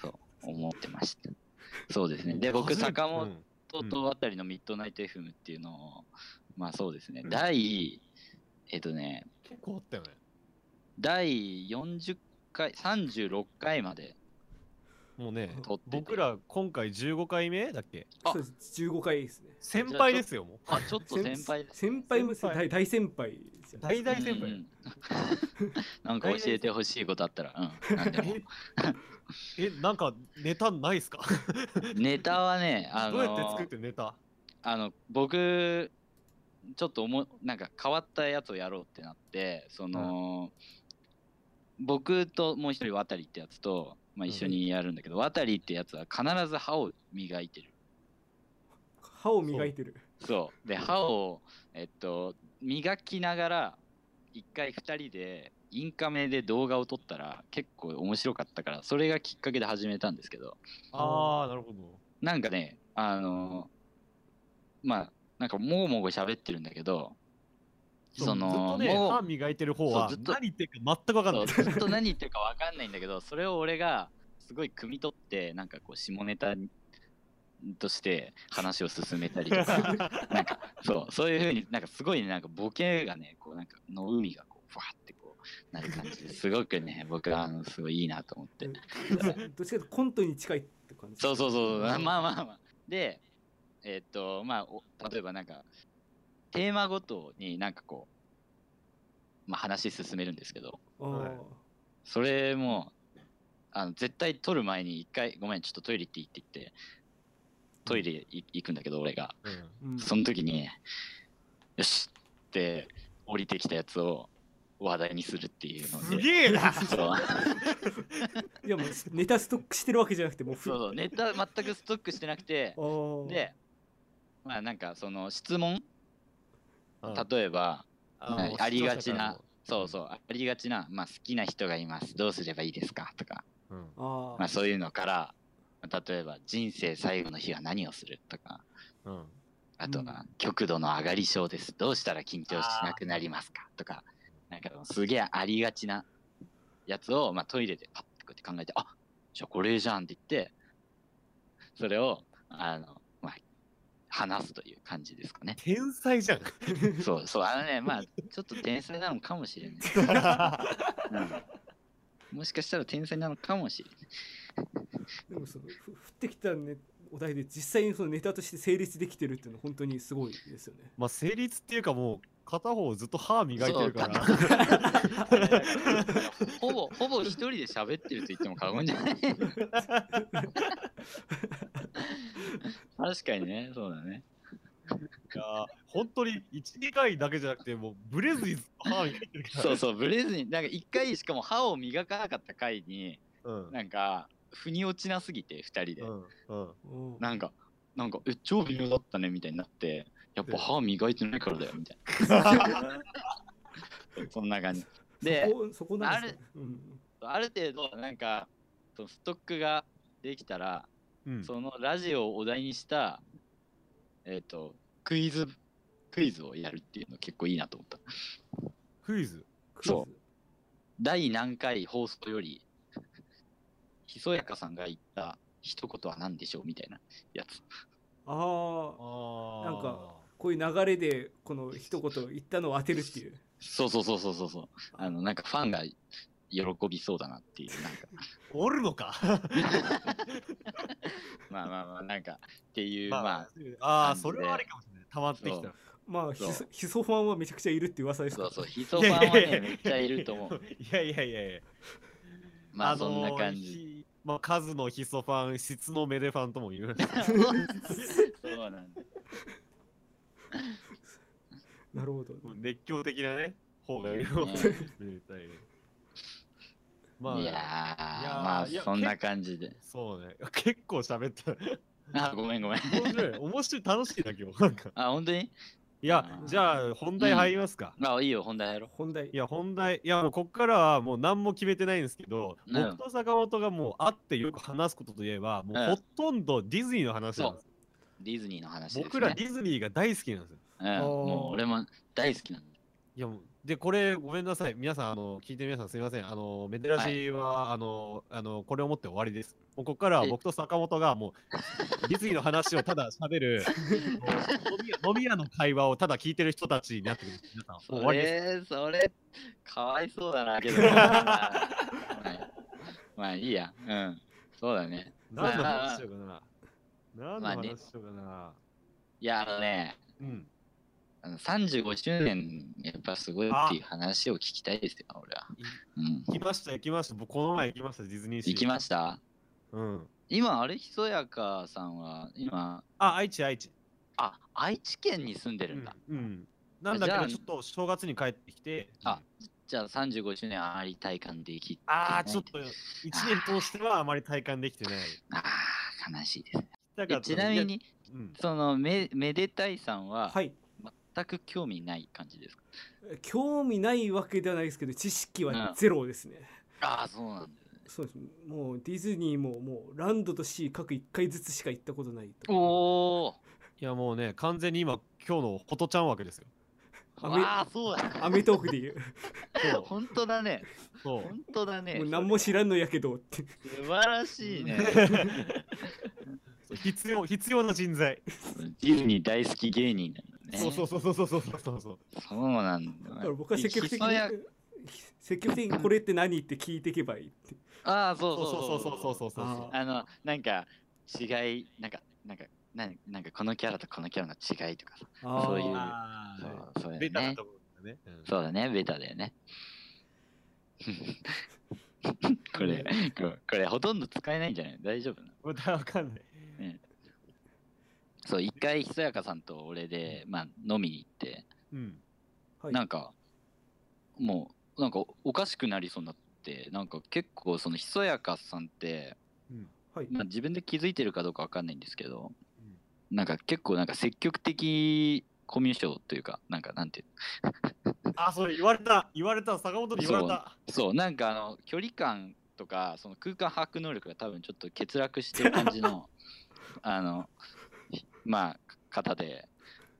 Speaker 3: そう思ってました。そうですね。で僕
Speaker 2: 初めて
Speaker 3: 坂
Speaker 2: う
Speaker 3: 本
Speaker 2: ん
Speaker 3: とあたりのミッドナイト FM っていうのをまあそうですね
Speaker 2: うん
Speaker 3: 第えっとね
Speaker 2: 結構あったよね。
Speaker 3: 第40回36回まで
Speaker 2: もうね
Speaker 3: 撮って、て
Speaker 2: 僕ら今回15回目だっけ
Speaker 3: あ
Speaker 1: そうです15回ですね
Speaker 2: 先輩ですよ、も
Speaker 3: あちょっと先輩です
Speaker 1: 先輩も
Speaker 2: 先輩
Speaker 1: 大大先輩です
Speaker 2: う。
Speaker 1: よね
Speaker 2: 大大先
Speaker 3: うんう
Speaker 2: 輩
Speaker 3: ん。 [laughs] なんか教えてほしいことあったら、う
Speaker 2: [laughs]
Speaker 3: ん、なんでも
Speaker 2: ええ、なんかネタないっすか [laughs]
Speaker 3: ネタはね、あ
Speaker 2: どうやって
Speaker 3: の
Speaker 2: 作ってんネタ
Speaker 3: あの僕、ちょっとおもなんか変わったやつをやろうってなって、その、僕ともう一人渡りってやつと、まあ、一緒にやるんだけど、渡りってやつは必ず歯を磨いてる。
Speaker 1: 歯を磨いてる
Speaker 3: そう。で、歯を、えっと、磨きながら、一回二人で、インカメで動画を撮ったら、結構面白かったから、それがきっかけで始めたんですけど、
Speaker 2: ああ、なるほど。
Speaker 3: なんかね、あのーまあ、なんかもごもご喋ってるんだけど、
Speaker 2: そう
Speaker 3: その、
Speaker 2: ずっとね、
Speaker 3: もご
Speaker 2: 歯磨いてる方は
Speaker 3: そうずっと
Speaker 2: 何言ってるか全く分かんない。
Speaker 3: そうずっと何言ってるかわかんないんだけど、それを俺がすごい汲み取って、なんかこう、下ネタとして話を進めたりと
Speaker 1: [laughs]
Speaker 3: か、なんかそう、そういうふうになんかすごいね、なんかボケがね、こう、なんかの海がこう、ふわってこう、なる感じですごくね、僕はあのすごいいいなと思って。
Speaker 1: どっちかというとコントに近いって感じ
Speaker 3: そうそうそうそう、まあ
Speaker 1: ん
Speaker 3: まあまあ。で、えっと、まあ、お例えばなんか、テーマごとになんかこう、まあ話進めるんですけど、
Speaker 1: あー
Speaker 2: はい
Speaker 3: それも、あの絶対撮る前に一回、ごめん、ちょっとトイレ行っていいって言って、トイレい行くんだけど、俺が。
Speaker 2: うん
Speaker 1: うん
Speaker 3: その時に、よしって降りてきたやつを話題にするっていうので。
Speaker 2: すげえ
Speaker 3: [laughs]
Speaker 2: な
Speaker 3: そう
Speaker 1: いやもうネタストックしてるわけじゃなくてもうふ
Speaker 3: そうそうネタ全くストックしてなくて
Speaker 1: あー
Speaker 3: でまあなんかその質問
Speaker 2: うん
Speaker 3: 例えば
Speaker 2: の
Speaker 3: はいありがちな
Speaker 2: 視聴者
Speaker 3: そうそうありがちな、まあ、好きな人がいますどうすればいいですかとか、
Speaker 2: からの
Speaker 1: あー
Speaker 3: まあ、そういうのからまあ例えば人生最後の日は何をするとか
Speaker 2: うんうん。
Speaker 3: あと
Speaker 1: う
Speaker 3: は極度の上がり症ですどうしたら緊張しなくなりますかとかなんかすげえありがちなやつを、まあ、トイレでパッてこうやって考えてあじゃあこれじゃんって言ってそれをあの、まあ、話すという感じですかね
Speaker 2: 天才じゃん [laughs]
Speaker 3: そうそうあのねまあちょっと天才なのかもしれない。うんもしかしたら天才なのかもしれない。
Speaker 1: でもそのふ降ってきた、ね、お題で実際にそのネタとして成立できてるっていうのは本当にすごいですよね。
Speaker 2: まあ成立っていうかもう片方ずっと歯磨いてるから
Speaker 3: そうほぼ、ほぼ一人で喋ってると言っても過言じゃない。
Speaker 2: [laughs]
Speaker 3: 確かにね、そうだね。
Speaker 2: いやー本当に12回だけじゃなくてもうブレずにずっと歯磨いてるから
Speaker 3: そうそう、ブレずに、なんか一回しかも歯を磨かなかった回に、
Speaker 2: うん
Speaker 3: なんか、腑に落ちなすぎて、二人で
Speaker 2: う。んうん
Speaker 1: おー
Speaker 3: なんか、なんか、え、超微妙だったねみたいになって、やっぱ歯磨いてないからだよみたいな。そんな感じ。で
Speaker 1: [laughs] そ、こそこなんですねうん
Speaker 3: ある程度、なんか、そのストックができたら、
Speaker 2: うん
Speaker 3: そのラジオをお題にした、えっ、と、クイズ、クイズをやるっていうの結構いいなと思った。
Speaker 2: クイズ
Speaker 1: クイズ
Speaker 3: そ第何回放送より、ひそやかさんが言った一言は何でしょうみたいなやつ。
Speaker 1: ああ
Speaker 2: あ
Speaker 1: なんかこういう流れでこの一言言ったのを当てるっていう。
Speaker 3: そうそうそうそうそうそう。あの、なんかファンが喜びそうだなっていう、な
Speaker 2: [laughs]
Speaker 3: んか、
Speaker 2: おるのか
Speaker 3: まあまあまあ、なんか、っていう、まあ、
Speaker 2: まああー
Speaker 3: 感じで
Speaker 2: それはありかもしれない溜まってきた
Speaker 3: そ
Speaker 2: ら
Speaker 1: まあひ
Speaker 3: そ
Speaker 1: そひそファンはめちゃくちゃいるって噂ですか
Speaker 3: そ
Speaker 1: ら。
Speaker 3: うそう、ヒソファンは
Speaker 2: やや
Speaker 3: ね、めっちゃいると思う。
Speaker 2: [laughs] いやいやいやいや
Speaker 3: まあ、
Speaker 2: の
Speaker 3: そん
Speaker 2: ー
Speaker 3: な感じ。
Speaker 2: ひまあ数のヒソファン質のメデファンとも言う [laughs]
Speaker 3: [laughs] そうなんだ。
Speaker 1: なるほど。
Speaker 2: 熱狂的なね方がいる
Speaker 3: ね
Speaker 2: 絶対 [laughs] まあ
Speaker 3: いやー、まあ
Speaker 2: いや、
Speaker 3: そんな感じで。
Speaker 2: そうね結構喋った
Speaker 3: あ、 [laughs] ごめんごめん。
Speaker 2: 面白い面白い楽しいな今日なんか
Speaker 3: あ、本当に
Speaker 2: いや
Speaker 3: あー
Speaker 2: じゃあ本題入りますか、
Speaker 3: あ、いいよ、本題やろう。
Speaker 1: 本題
Speaker 2: い。や本題いやもうこっからはもう何も決めてないんですけど、
Speaker 3: うん
Speaker 2: 僕と坂本がもう会ってよく話すことといえばもう
Speaker 3: ええ
Speaker 2: ほとんどディズニーの話なんですよ、
Speaker 3: ディズニーの話です、ね。
Speaker 2: 僕らディズニーが大好きなんですよ
Speaker 3: うん、もう俺も大好きなんだ。
Speaker 2: いやもうでこれごめんなさい皆さんあの聞いてる皆さんすみませんあのメデラシは、あのあのこれをもって終わりですもうここからは
Speaker 3: え
Speaker 2: 僕と坂本がもうディズニーの話をただ喋るもう飲み屋飲み屋の会話をただ聞いてる人たちになってくる皆さん終
Speaker 3: そ
Speaker 2: わりです
Speaker 3: れ、それ、かわいそうだ
Speaker 2: [laughs]
Speaker 3: な、けど。まあ、まあいいや。うん。そうだね。
Speaker 2: 何の
Speaker 3: まあまあ
Speaker 2: 話しようかな何の
Speaker 3: まあね
Speaker 2: 話しようかな、
Speaker 3: いや、あのね、
Speaker 2: うん
Speaker 3: あの35周年、やっぱすごいっていう話を聞きたいですよ、俺は。うん。
Speaker 2: 行きました行きました僕この前行きましたディズニーシー
Speaker 3: 行きました
Speaker 2: うん
Speaker 3: 今、あれ、ひそやかさんは、今、
Speaker 2: あ愛知愛知
Speaker 3: あ、愛知県に住んで
Speaker 2: う
Speaker 3: るんだ。
Speaker 2: ん、うんなんだけ
Speaker 3: じゃ
Speaker 2: ど
Speaker 3: あ
Speaker 2: ちょっと正月に帰ってきて
Speaker 3: あじゃあ35周年あまり体感でき
Speaker 2: あーちょっと1年通してはあまり体感できてない
Speaker 3: あー悲しいですね
Speaker 2: だ
Speaker 3: え。ちなみ、
Speaker 2: いや
Speaker 3: に、
Speaker 2: うん、
Speaker 3: そのめ、めでたいさんは
Speaker 1: はい。
Speaker 3: 全く興味ない感じですか、
Speaker 1: 興味ないわけではないですけど知識はゼロですね。
Speaker 3: ああ、そうなんだ。
Speaker 1: そうですもうディズニーももうランドとシー各1回ずつしか行ったことないと
Speaker 3: おお
Speaker 2: いやもうね完全に今今日のホトちゃん枠ですよ
Speaker 1: あめ
Speaker 3: ああ、そうだ。
Speaker 1: アメトークで
Speaker 3: [laughs]
Speaker 1: 言う
Speaker 2: そう
Speaker 3: 本当だね。
Speaker 2: そう
Speaker 3: 本当だね。
Speaker 1: もう何も知らんのやけどって
Speaker 3: 素晴らしいね。
Speaker 2: そう必要必要な人材、
Speaker 3: ディズニー大好き芸人なんだね。
Speaker 2: そうそうそうそうそうそうそうそう
Speaker 3: そうなんだ。
Speaker 1: だから僕は積極的
Speaker 3: ひそ
Speaker 1: に
Speaker 3: や
Speaker 1: 積極的にこれって何って聞いていけばいいって。
Speaker 3: ああ、そう
Speaker 2: そう
Speaker 3: そ
Speaker 2: そううそうそうそうそう
Speaker 1: あ
Speaker 3: あの、なんか、違い、なんか、なんか、なんなんかこのキャラとこのキャラの違いとかさ。
Speaker 1: あー
Speaker 3: [laughs] そういう
Speaker 2: あ
Speaker 3: そ
Speaker 2: あ
Speaker 3: うそうだよ
Speaker 2: ベタな
Speaker 3: ね
Speaker 2: と。ころだね、うん
Speaker 3: そうだね、ベタだよね。これ、これ、これほとんど使えないんじゃない大丈夫なの
Speaker 2: ベタわかんない
Speaker 3: そう、一回、ひそやかさんと俺で、まあ、飲みに行って、
Speaker 2: うん
Speaker 1: はい
Speaker 3: なんか、もう、なんかおかしくなりそうになって、なんか結構、そのひそやかさんって、
Speaker 2: うん
Speaker 1: はい。
Speaker 3: まあ、自分で気づいてるかどうかわかんないんですけ
Speaker 2: う
Speaker 3: ど、
Speaker 2: ん
Speaker 3: なんか結構、なんか積極的コミュ障というか、なんかなんていう
Speaker 2: あそれ言われた言われた坂本に言われた
Speaker 3: そう、なんかあの、距離感とか、その空間把握能力が多分ちょっと欠落してる感
Speaker 1: [laughs]
Speaker 3: じの、あの、まあ、方で、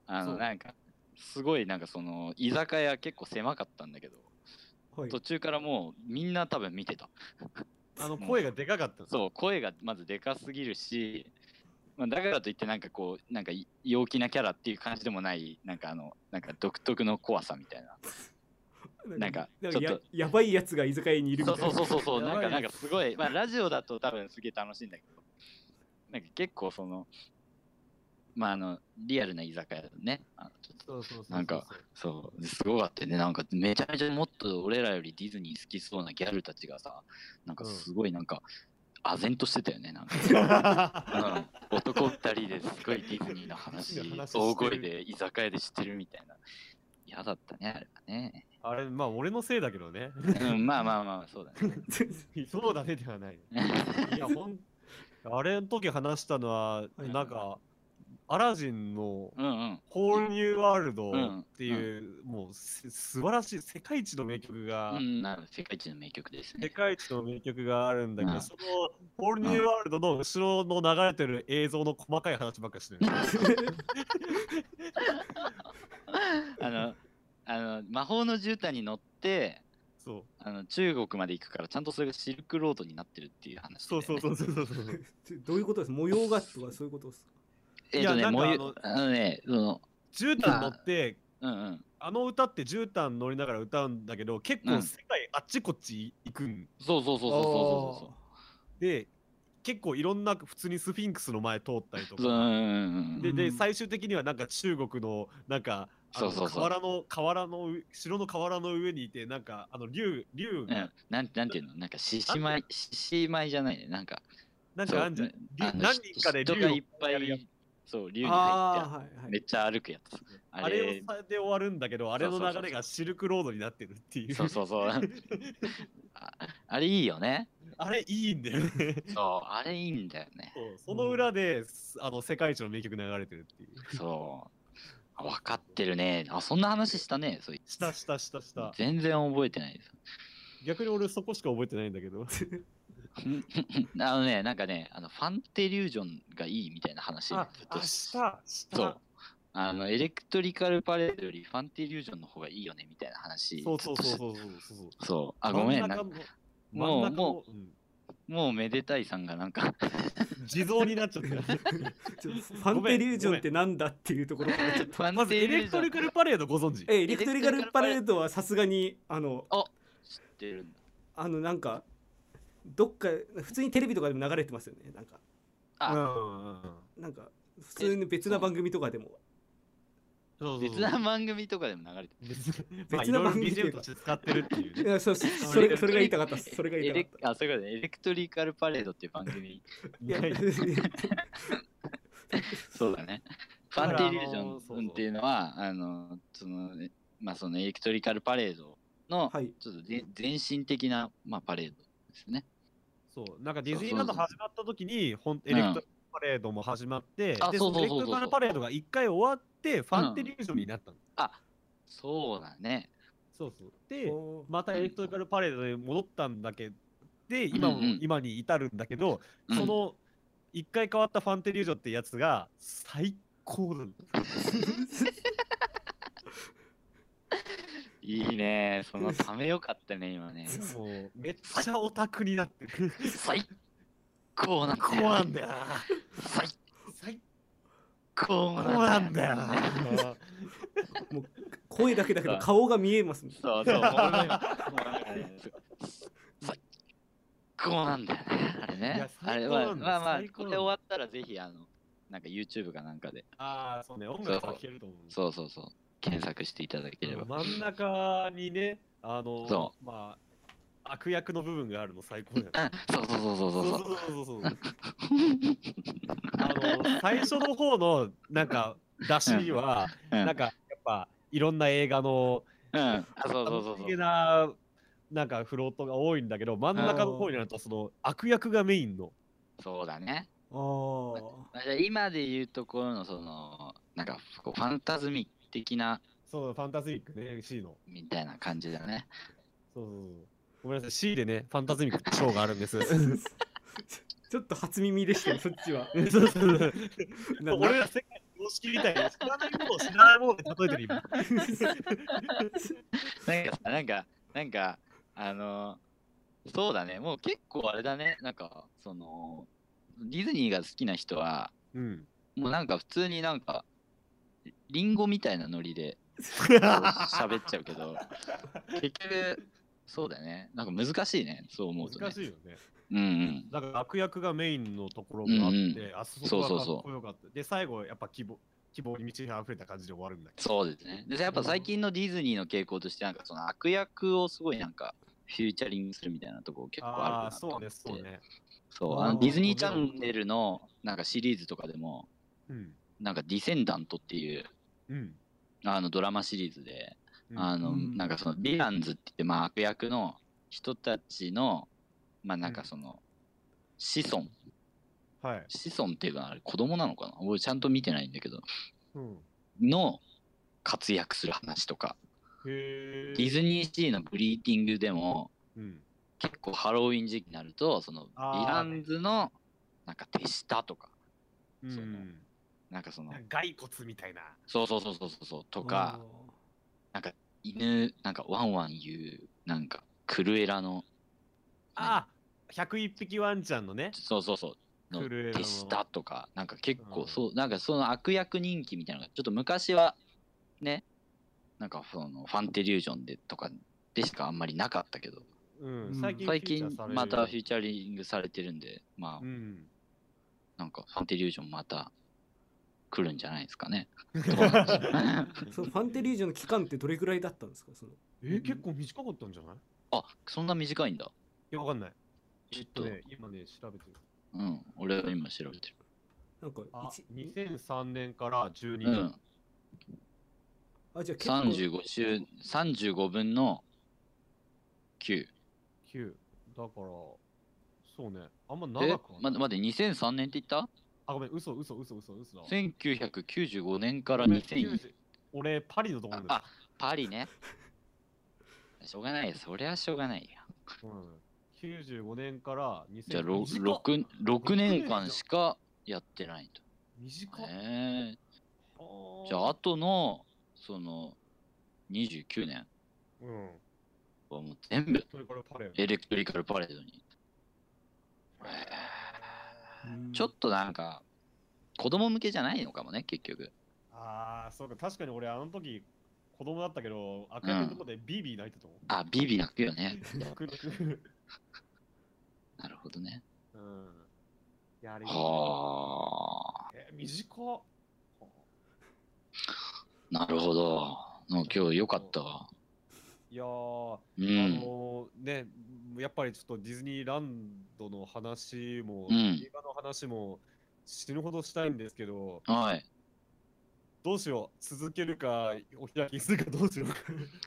Speaker 3: あ
Speaker 1: そ
Speaker 3: の、
Speaker 1: う
Speaker 3: なんか、すごいなんかその居酒屋結構狭かったんだけど
Speaker 1: はい
Speaker 3: 途。中からもうみんな多分見てた
Speaker 2: あの声がでかかったう
Speaker 3: そう声がまずでかすぎるし、まあ、だからといってなんかこうなんかい陽気なキャラっていう感じでもないなんかあのなんか独特の怖さみたいななんか
Speaker 1: なん
Speaker 3: ちょっと
Speaker 1: ややばいやつが居酒屋にいるみ
Speaker 3: そ
Speaker 1: た
Speaker 3: う
Speaker 1: いな。
Speaker 3: そうそうそうそう
Speaker 2: やば
Speaker 3: なん
Speaker 2: い
Speaker 3: か
Speaker 2: ね
Speaker 3: なんかすごいまあラジオだと多分すげえ楽しいんだけどなんか結構そのまああのリアルな居酒屋だねあのちょっと
Speaker 2: そうそうそうそう
Speaker 3: なんかそうですごかったよねなんかめちゃめちゃもっと俺らよりディズニー好きそうなギャルたちがさなんかすごいなんか、唖然としてたよねなんかうん男二人ですごいディズニーの話
Speaker 2: ディズニーの話してる
Speaker 3: 大声で居酒屋で知ってるみたいな嫌だったねあれはね、
Speaker 2: [laughs] あれまあ俺のせいだけどね [laughs]
Speaker 3: うん、まあまあまあそうだね
Speaker 2: そうだねではないいや
Speaker 1: [laughs] いや
Speaker 2: ほんあれの時話したのは、
Speaker 1: い
Speaker 2: なんかアラジンの
Speaker 3: うんうん
Speaker 2: ホールニューワールド
Speaker 3: うん
Speaker 2: っていう、もうす素晴らしい世界一の名曲が、
Speaker 3: うん、なる世界一の名曲で
Speaker 2: [laughs]
Speaker 3: す
Speaker 2: 世
Speaker 3: ね。
Speaker 2: 界一の名曲があるんだけど、
Speaker 3: うん
Speaker 2: そのホールニューワールドの後ろの流れてる映像の細かい話ばっかりしてる。
Speaker 3: あの、あの、魔法の絨毯に乗って、
Speaker 2: そう
Speaker 3: あの中国まで行くから、ちゃんとそれがシルクロードになってるっていう話
Speaker 2: そ
Speaker 3: だよ
Speaker 2: う
Speaker 3: ね、
Speaker 2: そうそうそうそうそう。
Speaker 1: どういうことです模様がとかそういうことですか
Speaker 3: えっ、と
Speaker 2: い
Speaker 3: ね、
Speaker 2: やなんか
Speaker 3: もうい
Speaker 2: あの
Speaker 3: あのね、その、
Speaker 2: 絨毯乗って、
Speaker 3: うんうん。
Speaker 2: あの歌って絨毯乗りながら歌うんだけど、結
Speaker 3: うん
Speaker 2: 構世界あっちこっち行くん
Speaker 3: そうそうそうそうそうそうそう。
Speaker 2: で、結構いろんな普通にスフィンクスの前通ったりとか。
Speaker 3: うんうんうん
Speaker 2: で
Speaker 1: う
Speaker 2: で
Speaker 1: ん
Speaker 2: 最終的にはなんか中国のなんかあの
Speaker 3: そうそうそう
Speaker 2: 瓦の瓦の上城の瓦の上にいてなんかあの竜竜
Speaker 3: うん、う
Speaker 2: が
Speaker 3: んなんなんていうのなんか獅子舞獅子舞じゃないねなんか
Speaker 2: なんかあんじゃん、
Speaker 3: そう
Speaker 2: 竜
Speaker 3: ね
Speaker 2: 何人かで
Speaker 3: 人
Speaker 2: 竜
Speaker 3: が
Speaker 2: を
Speaker 3: いっぱ
Speaker 2: やるやつ
Speaker 3: いそう竜に入って
Speaker 1: ああー、はいは
Speaker 3: め
Speaker 1: い
Speaker 3: っ。ちゃ歩くやつあ
Speaker 2: あれを
Speaker 3: れ
Speaker 2: さで終わるんだけどあれの
Speaker 3: そうそうそう
Speaker 2: 流れがシルクロードになってるっていう
Speaker 3: そうそうそうああれいいよね
Speaker 2: [laughs] あれいいんだよね
Speaker 3: そうあれいいんだよね
Speaker 2: そうその裏で、すあの世界一の名曲流れてるっていう
Speaker 3: そうあ分かってるねあそんな話したねそうい
Speaker 2: したしたしたした
Speaker 3: 全然覚えてないです [laughs]
Speaker 2: 逆に俺そこしか覚えてないんだけど
Speaker 3: あのねなんかねあのファンテリュージョンがいいみたいな
Speaker 2: [laughs]
Speaker 3: 話
Speaker 2: あ
Speaker 3: ずっ
Speaker 2: あ
Speaker 3: とし
Speaker 2: したした
Speaker 3: そう。あの、エレクトリカルパレードよりファンティリュージョンの方がいいよね、みたいな話。
Speaker 2: そうそうそう
Speaker 3: ずっと
Speaker 2: そうそうそうそう
Speaker 3: しそう。あ、ごめん。
Speaker 2: 真
Speaker 3: な
Speaker 2: 中
Speaker 3: ん
Speaker 2: の
Speaker 3: か
Speaker 2: 真ん
Speaker 3: もう
Speaker 2: 中
Speaker 3: も
Speaker 2: もう、うん
Speaker 3: もうめでたいさんがな
Speaker 2: [laughs]
Speaker 3: んか、
Speaker 2: 地蔵になっちゃった。
Speaker 1: ちょ
Speaker 3: [laughs]
Speaker 1: ファンテリュージョンってなんだっていうところからちょっと。
Speaker 3: [laughs] ファ
Speaker 2: ま
Speaker 3: ン
Speaker 2: ず
Speaker 3: テ
Speaker 2: エ
Speaker 3: リ
Speaker 2: レ
Speaker 3: ュー
Speaker 2: ク
Speaker 3: ジョ
Speaker 2: ト
Speaker 3: ン
Speaker 2: リカルパレードご存知
Speaker 1: えエレクトリカルパレードはさすがにあの
Speaker 3: 知ってるんだ。
Speaker 1: あのなんかどっか普通にテレビとかでも流れてますよねなんか
Speaker 2: うんう
Speaker 3: あ、
Speaker 2: んうんうん。
Speaker 1: なんか普通に別な番組とかでも
Speaker 2: そうそう
Speaker 3: 別な番組とかでも流れて
Speaker 2: 別まあ
Speaker 1: 別な番組
Speaker 2: いろいろ BGM として使ってるっていう
Speaker 3: [laughs]
Speaker 1: い
Speaker 2: ね。
Speaker 1: やそうそそれそれが言いたかったですそれが
Speaker 3: る。
Speaker 1: 言
Speaker 3: エ
Speaker 1: いた
Speaker 3: レ
Speaker 1: かっ
Speaker 3: あ、そういうことね。エレクトリカルパレードっていう番組。
Speaker 1: たいや
Speaker 3: そう [laughs] だね。ファンティリュージ
Speaker 2: あのーそうそ
Speaker 3: ョ
Speaker 2: う
Speaker 3: ンっていうのは、あの、その、まあそのエレクトリカルパレードの、
Speaker 1: はい
Speaker 3: ちょっとぜ全身的な、まあ、パレードですね。
Speaker 2: そう。なんかディズニーランド始まった時に、ほんエレクトリカルパレードも始まって、
Speaker 3: あ
Speaker 2: で
Speaker 3: そうそうそうそう
Speaker 2: エレクトリカルパレードが一回終わって、ファンテリュージョンになったの。
Speaker 3: そうだね。
Speaker 2: そうそう。で、
Speaker 1: おー
Speaker 2: またエレクトリカルパレードに戻ったんだけど、で、今も、
Speaker 3: うんうん
Speaker 2: 今に至るんだけど、
Speaker 3: うん
Speaker 2: その、一回変わったファンテリュージョンってやつが、最高なんだ。
Speaker 3: いいね。そのためよかった [laughs] ね、今ね。
Speaker 2: もうめっちゃオタクになって
Speaker 3: [laughs]
Speaker 2: る。
Speaker 3: 最高なんだよ
Speaker 2: こうなんだよな。
Speaker 3: 最
Speaker 2: 最
Speaker 3: 高
Speaker 2: 高なんだよ
Speaker 3: よ
Speaker 2: な。
Speaker 1: もう声だけだけど顔が見えますみたいな
Speaker 3: そうそう、もう俺も今もうなんかね最高なんだよね、あれ
Speaker 2: い
Speaker 3: ね
Speaker 2: や。
Speaker 3: あれ
Speaker 2: 最高
Speaker 3: は、
Speaker 2: なんだ
Speaker 3: まあまあ、
Speaker 2: 最高
Speaker 3: こ
Speaker 2: なん
Speaker 3: れ
Speaker 2: だ
Speaker 3: 終わったらぜひ、あの、なんか YouTube かなんかで、
Speaker 2: ああ、そうね、音楽は聴けると思う。
Speaker 3: そうそうそう、検索していただければ。
Speaker 2: 真ん中にね、あの、
Speaker 3: そ
Speaker 2: まあ、悪役の部分があるの最高だよね。
Speaker 3: うんそうそうそうそう
Speaker 2: そ
Speaker 3: そううそ。
Speaker 2: そううそうそうそう。あの、最初の方の、なんか、出しは、
Speaker 3: うん、
Speaker 2: なんか、やっぱ、いろんな映画の、
Speaker 3: うん、あ、 [laughs] そうそうそう
Speaker 2: 不
Speaker 3: そう
Speaker 2: 思議。な、なんか、フロートが多いんだけど、真ん中の方になると、その、悪役がメインの。
Speaker 3: そうだね。
Speaker 1: あ
Speaker 3: まあじゃあ今で言うところの、その、なんか、こうファンタズミ的な、
Speaker 2: そう、ファンタズミックね、C の。
Speaker 3: みたいな感じだね。 [laughs]
Speaker 2: そうそうそう。ごめんなさい、C でね、ファンタズミック賞があるんです。そう
Speaker 1: ー [laughs] ちょっと初耳でしたよそっちは
Speaker 2: そうそう。
Speaker 1: なな
Speaker 2: 俺ら世界の常識みたいな知らないものを知らないもので例えてる今。
Speaker 3: なんかさ、なんか、なんか、あのーそうだね、もう結構あれだね、なんか、その、ディズニーが好きな人は、
Speaker 2: うん。
Speaker 3: もうなんか普通になんか、リンゴみたいなノリでこう喋っちゃうけど、結局、そうだね、なんか難しいね、そう [laughs] 思うと、ね。
Speaker 2: 難しいよね。
Speaker 3: うんうん。
Speaker 2: だから悪役がメインのところもあって、
Speaker 3: うんう
Speaker 2: あそこがか
Speaker 3: そうそうそう
Speaker 2: っこよかった。で、最後、やっぱ希望希望に満ち溢れた感じで終わるんだけど。
Speaker 3: そうですね。で、やっぱ最近のディズニーの傾向として、なんかその悪役をすごいなんか、フューチャリングするみたいなとこ結構ある
Speaker 2: ああ
Speaker 3: な
Speaker 2: ー、
Speaker 3: と思
Speaker 2: そ
Speaker 3: っ
Speaker 2: うね、そう
Speaker 3: て
Speaker 2: ね。
Speaker 3: そう、
Speaker 1: あー
Speaker 3: あのディズニーチャンネルのなんかシリーズとかでも、
Speaker 2: うん。
Speaker 3: なんかディセンダントっていう
Speaker 2: うん。
Speaker 3: あのドラマシリーズで、
Speaker 2: うん
Speaker 3: あの、
Speaker 1: うん
Speaker 3: なんかそのヴィランズって言って、まあ、悪役の人たちの、まあなんかその、子孫、
Speaker 2: はい。
Speaker 3: 子孫っていうかあれ子供なのかな俺ちゃんと見てないんだけど、
Speaker 2: うん、へ
Speaker 3: の活躍する話とか、
Speaker 2: え。
Speaker 3: ディズニーシーのグリーティングでも、
Speaker 2: うん。
Speaker 3: 結構ハロウィン時期になると、そのヴ
Speaker 2: あー
Speaker 3: ィランズのなんか手下とか、
Speaker 2: う。
Speaker 3: そうんなんかその、
Speaker 2: 骸骨みたいな。
Speaker 3: そうそうそうそうそうそうとか、犬なんかワンワン言うなんかクルエラの
Speaker 2: ああ、101匹ワンちゃんのね。
Speaker 3: そうそうそうの
Speaker 2: クルエラの
Speaker 3: 手下とかなんか結
Speaker 2: う
Speaker 3: 構
Speaker 2: ん
Speaker 3: そう、なんかその悪役人気みたいなのがちょっと昔はねなんかそのファンテリュージョンでとかでしかあんまりなかったけど
Speaker 2: うん
Speaker 1: うん。
Speaker 3: 最近
Speaker 2: フィーチャーされる
Speaker 3: またフィーチャリングされてるんでまあ
Speaker 2: うん。
Speaker 3: なんかファンテリュージョンまた来るんじゃないですか
Speaker 2: [laughs]
Speaker 3: ね。どうなんでしょう
Speaker 1: そのファンテリージョの期間ってどれぐらいだったんですかその
Speaker 2: えー、結構短かったんじゃないい
Speaker 3: あそんな短いんだ。
Speaker 2: や、わかんない。
Speaker 3: ちょっ
Speaker 2: ちょ
Speaker 3: と、
Speaker 2: っとね、今ね、調べてる。
Speaker 3: うん俺は今調べてる。
Speaker 1: なんか
Speaker 2: あ
Speaker 1: 一、
Speaker 2: 2003年から12
Speaker 3: う
Speaker 2: 年。
Speaker 3: ん
Speaker 1: あじゃあ結構
Speaker 3: 35週35分の9
Speaker 2: 9。だから、そうね。あんま
Speaker 3: え
Speaker 2: 長くはな
Speaker 3: ま
Speaker 2: い
Speaker 3: 待って2003年って言っ
Speaker 2: あ、ごめん、嘘、嘘、嘘、嘘、嘘だ。
Speaker 3: た ?1995 年から
Speaker 2: ごめん
Speaker 3: 2000
Speaker 2: 90俺、パリのところ
Speaker 3: あ
Speaker 2: だ。
Speaker 3: パリねしょうがないよそりゃしょうがないよ
Speaker 2: うん、95年から2000
Speaker 3: じゃあ 6,
Speaker 2: 短っ
Speaker 3: 6,
Speaker 2: 六年
Speaker 3: 年間しかやってない
Speaker 2: 短
Speaker 3: と
Speaker 2: っ
Speaker 3: へえ
Speaker 2: あー
Speaker 3: じゃああとのその29年
Speaker 2: うん。
Speaker 3: はもう全部
Speaker 2: それからパレード。
Speaker 3: エレクトリカルパレードにへえ
Speaker 1: うん
Speaker 3: ちょっとなんか子供向けじゃないのかもね結局
Speaker 2: ああ、そうか、確かに俺、あの時、子供だったけど、赤いのとこでビービー泣いてたもん。
Speaker 3: あ、ビビ泣くよね。
Speaker 2: 楽
Speaker 3: [laughs]
Speaker 2: 々
Speaker 3: なるほどね。
Speaker 2: うん。いやあれ
Speaker 3: はあ、
Speaker 2: えー短っ。
Speaker 3: なるほど。の今日良かったわ。
Speaker 2: いやー、
Speaker 3: う
Speaker 2: あ
Speaker 3: ん。
Speaker 2: のーね、やっぱりちょっとディズニーランドの話も、
Speaker 3: うん
Speaker 2: 映画の話も死ぬほどしたいんですけど、
Speaker 3: はい。
Speaker 2: どうしよう、続けるか、お開きにするかどうしようか。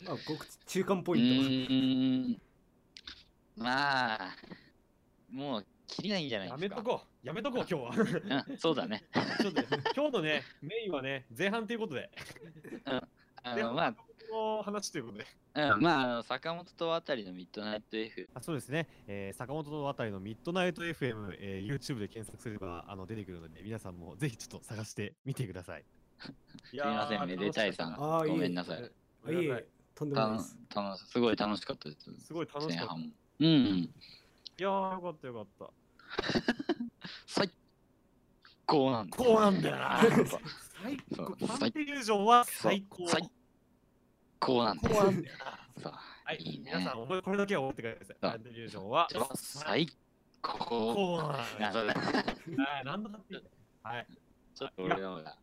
Speaker 1: あ告知中間
Speaker 3: う
Speaker 1: ポイン
Speaker 3: ーん。まあ、もう切りないんじゃないで
Speaker 2: や
Speaker 3: すか。
Speaker 2: めとこう、やめとこう、今
Speaker 3: [laughs]
Speaker 2: 日は。ち
Speaker 3: うん、そうだね。
Speaker 2: ょっとね、今日のね、メインはね、前半ということで、
Speaker 3: あ
Speaker 2: で
Speaker 3: の
Speaker 2: も
Speaker 3: ま
Speaker 2: の話ということで。
Speaker 3: あ、うん、まああの、坂本とあたりのミッドナイト F。
Speaker 2: あそうですね、えー坂本のあたりのミッドナイト FM、えー YouTube で検索すればあの出てくるので、皆さんもぜひちょっと探してみてください。すみ
Speaker 3: [laughs] すみません、めでたいさん。
Speaker 1: あーいえ
Speaker 3: ごめんなさい。
Speaker 1: トいえいえとんでもない
Speaker 3: 楽
Speaker 1: です
Speaker 3: 楽しすごい楽しかったです。
Speaker 2: すごい楽しか
Speaker 3: 前
Speaker 2: った。
Speaker 3: 半も。うん。
Speaker 2: いやー、よかったよかった。
Speaker 3: 最高なんだ。
Speaker 2: こうなんだよな
Speaker 3: やっぱ
Speaker 2: 最
Speaker 3: そう
Speaker 2: 高。ファンテリュージョンは
Speaker 3: そう
Speaker 2: 最高。
Speaker 3: 最こうな
Speaker 1: [laughs]
Speaker 3: んだよ。
Speaker 2: なんだよ。
Speaker 3: そう
Speaker 2: はい
Speaker 3: いいね
Speaker 2: 皆さん、覚えこれだけは覚えてください。
Speaker 3: あ
Speaker 2: ランデリュージョンは。
Speaker 3: 最高。
Speaker 2: こうなんだ
Speaker 3: な
Speaker 2: よ [laughs]
Speaker 3: そうだ。
Speaker 2: はいなんだっていいねはい。
Speaker 3: ちょっと俺の方が、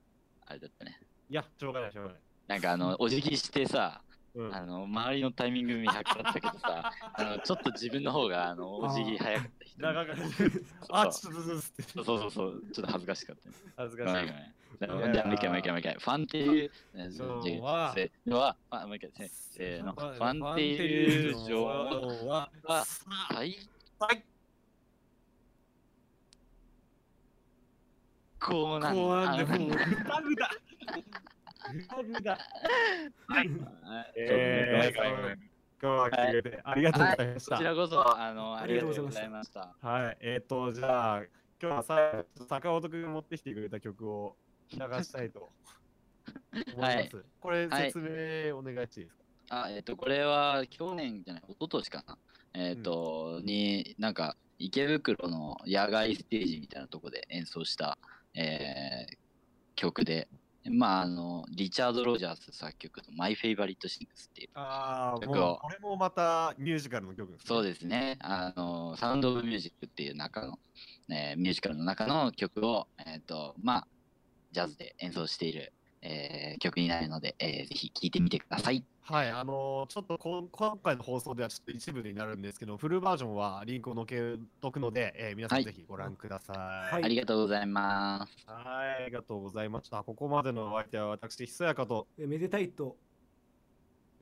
Speaker 3: あれだったね。
Speaker 2: いや、しょうがない、しょうがない。
Speaker 3: なんか
Speaker 2: [laughs]
Speaker 3: あの、お辞儀してさ、
Speaker 2: うん
Speaker 3: あの、周りのタイミング見計らったけどさ、あの、ちょっと自分の方が、あの、お辞儀早かった人。
Speaker 2: 長かった
Speaker 3: あ
Speaker 2: あ、ちょっとずつって。
Speaker 3: そうそうそうそう、ちょっと恥ずかしかったね。
Speaker 2: 恥ず
Speaker 3: ご
Speaker 2: か
Speaker 3: め
Speaker 2: し
Speaker 3: ん
Speaker 2: い
Speaker 3: ご。めん。じゃあ、もう一回、もう一回、もう一回。ファンっていう、えじゃあ
Speaker 2: ジョンは
Speaker 3: せは、あ、もう一回、せせーの。ファンっていうジョンは、
Speaker 2: は
Speaker 3: は最
Speaker 2: 最高
Speaker 3: 高なんだ。
Speaker 2: なんで、
Speaker 3: あの
Speaker 2: もう、ぐだぐだ。ぐだぐだ。
Speaker 3: はい
Speaker 2: えー
Speaker 3: ごめんごめんごめん
Speaker 2: 今日は来てくれてありがとうございまし
Speaker 3: こ
Speaker 2: た
Speaker 3: ち。らこそ、あの、
Speaker 1: あ
Speaker 3: あ
Speaker 1: り
Speaker 3: り
Speaker 1: が
Speaker 3: が
Speaker 1: と
Speaker 3: と
Speaker 1: う
Speaker 3: う
Speaker 1: ご
Speaker 3: ご
Speaker 1: ざ
Speaker 3: ざ
Speaker 1: い
Speaker 3: い
Speaker 1: ま
Speaker 3: ました。
Speaker 2: はい、えっ、ー、と、じゃあ、今日はさ、坂本君が持ってきてくれた曲を流したい [laughs] と思います。これ、
Speaker 3: はい
Speaker 2: 説明お願いしていいですか、
Speaker 3: あ、えっと、これは去年じゃない、一昨年かな。えっと、に、なんか、池袋の野外ステージみたいなとこで演奏した、えー曲で、まあ、あの、リチャード・ロジャース作曲の My Favorite Things っていう。
Speaker 2: ああ、
Speaker 3: 曲
Speaker 2: も
Speaker 3: を
Speaker 2: う、これもまたミュージカルの曲です、
Speaker 3: そう
Speaker 2: で
Speaker 3: ですね。あの、サウンド・オブ・ミュージックっていう中の、えーミュージカルの中の曲を、えっ、と、まあ、ジャズで演奏している、えー曲になるので、えーぜひ聴いてみてください。
Speaker 2: す。はい、あのーちょっとこん今回の放送ではちょっと一部になるんですけど、フルバージョンはリンクを載けとくので、えー皆さ
Speaker 3: は
Speaker 2: ん
Speaker 3: い
Speaker 2: ぜひご覧くださ。
Speaker 1: はいい
Speaker 3: ありがとうございます。
Speaker 2: はい、ありがとうございました。ここまでのお相手は私、ひそやかと、
Speaker 1: えめでたいと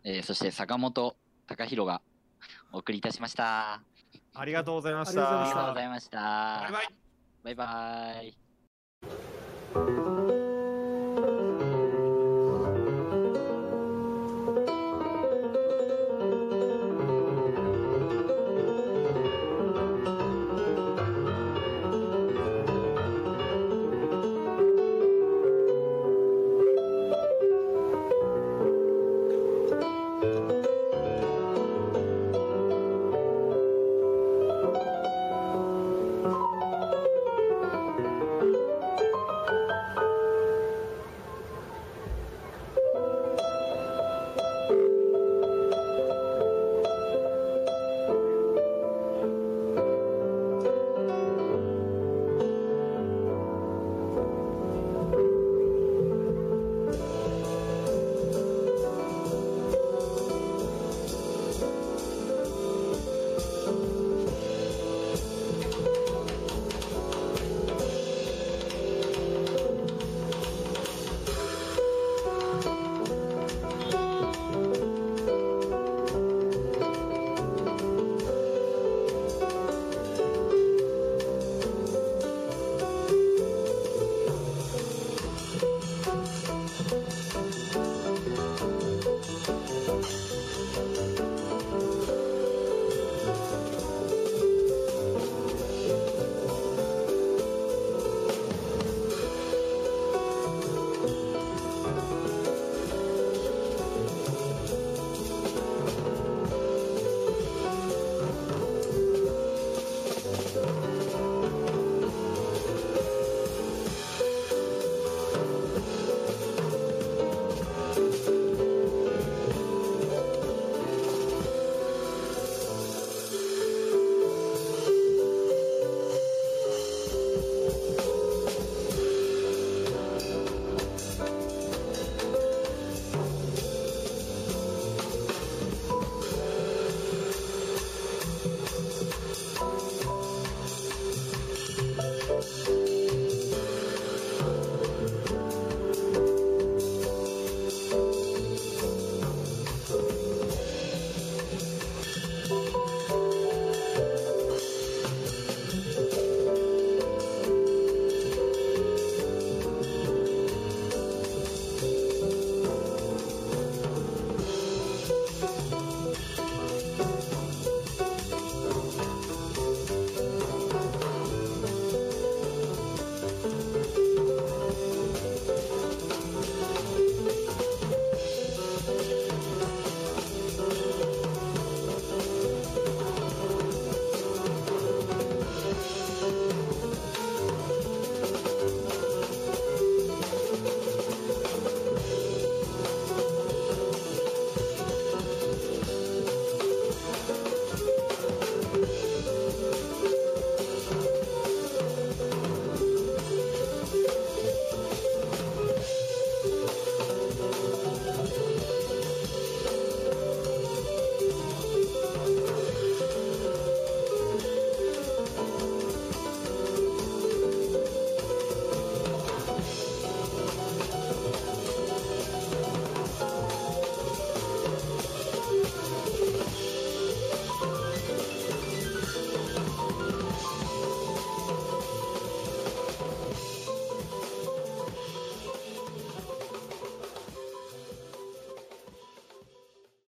Speaker 3: えーそして坂本隆弘がお送りいたしました。
Speaker 2: ありがとうございまし
Speaker 1: あ
Speaker 2: た。
Speaker 3: あ
Speaker 1: りが
Speaker 3: りが
Speaker 1: とうござ
Speaker 3: とうござ
Speaker 1: い
Speaker 3: いました。
Speaker 2: バイバイ。
Speaker 3: バイバイ。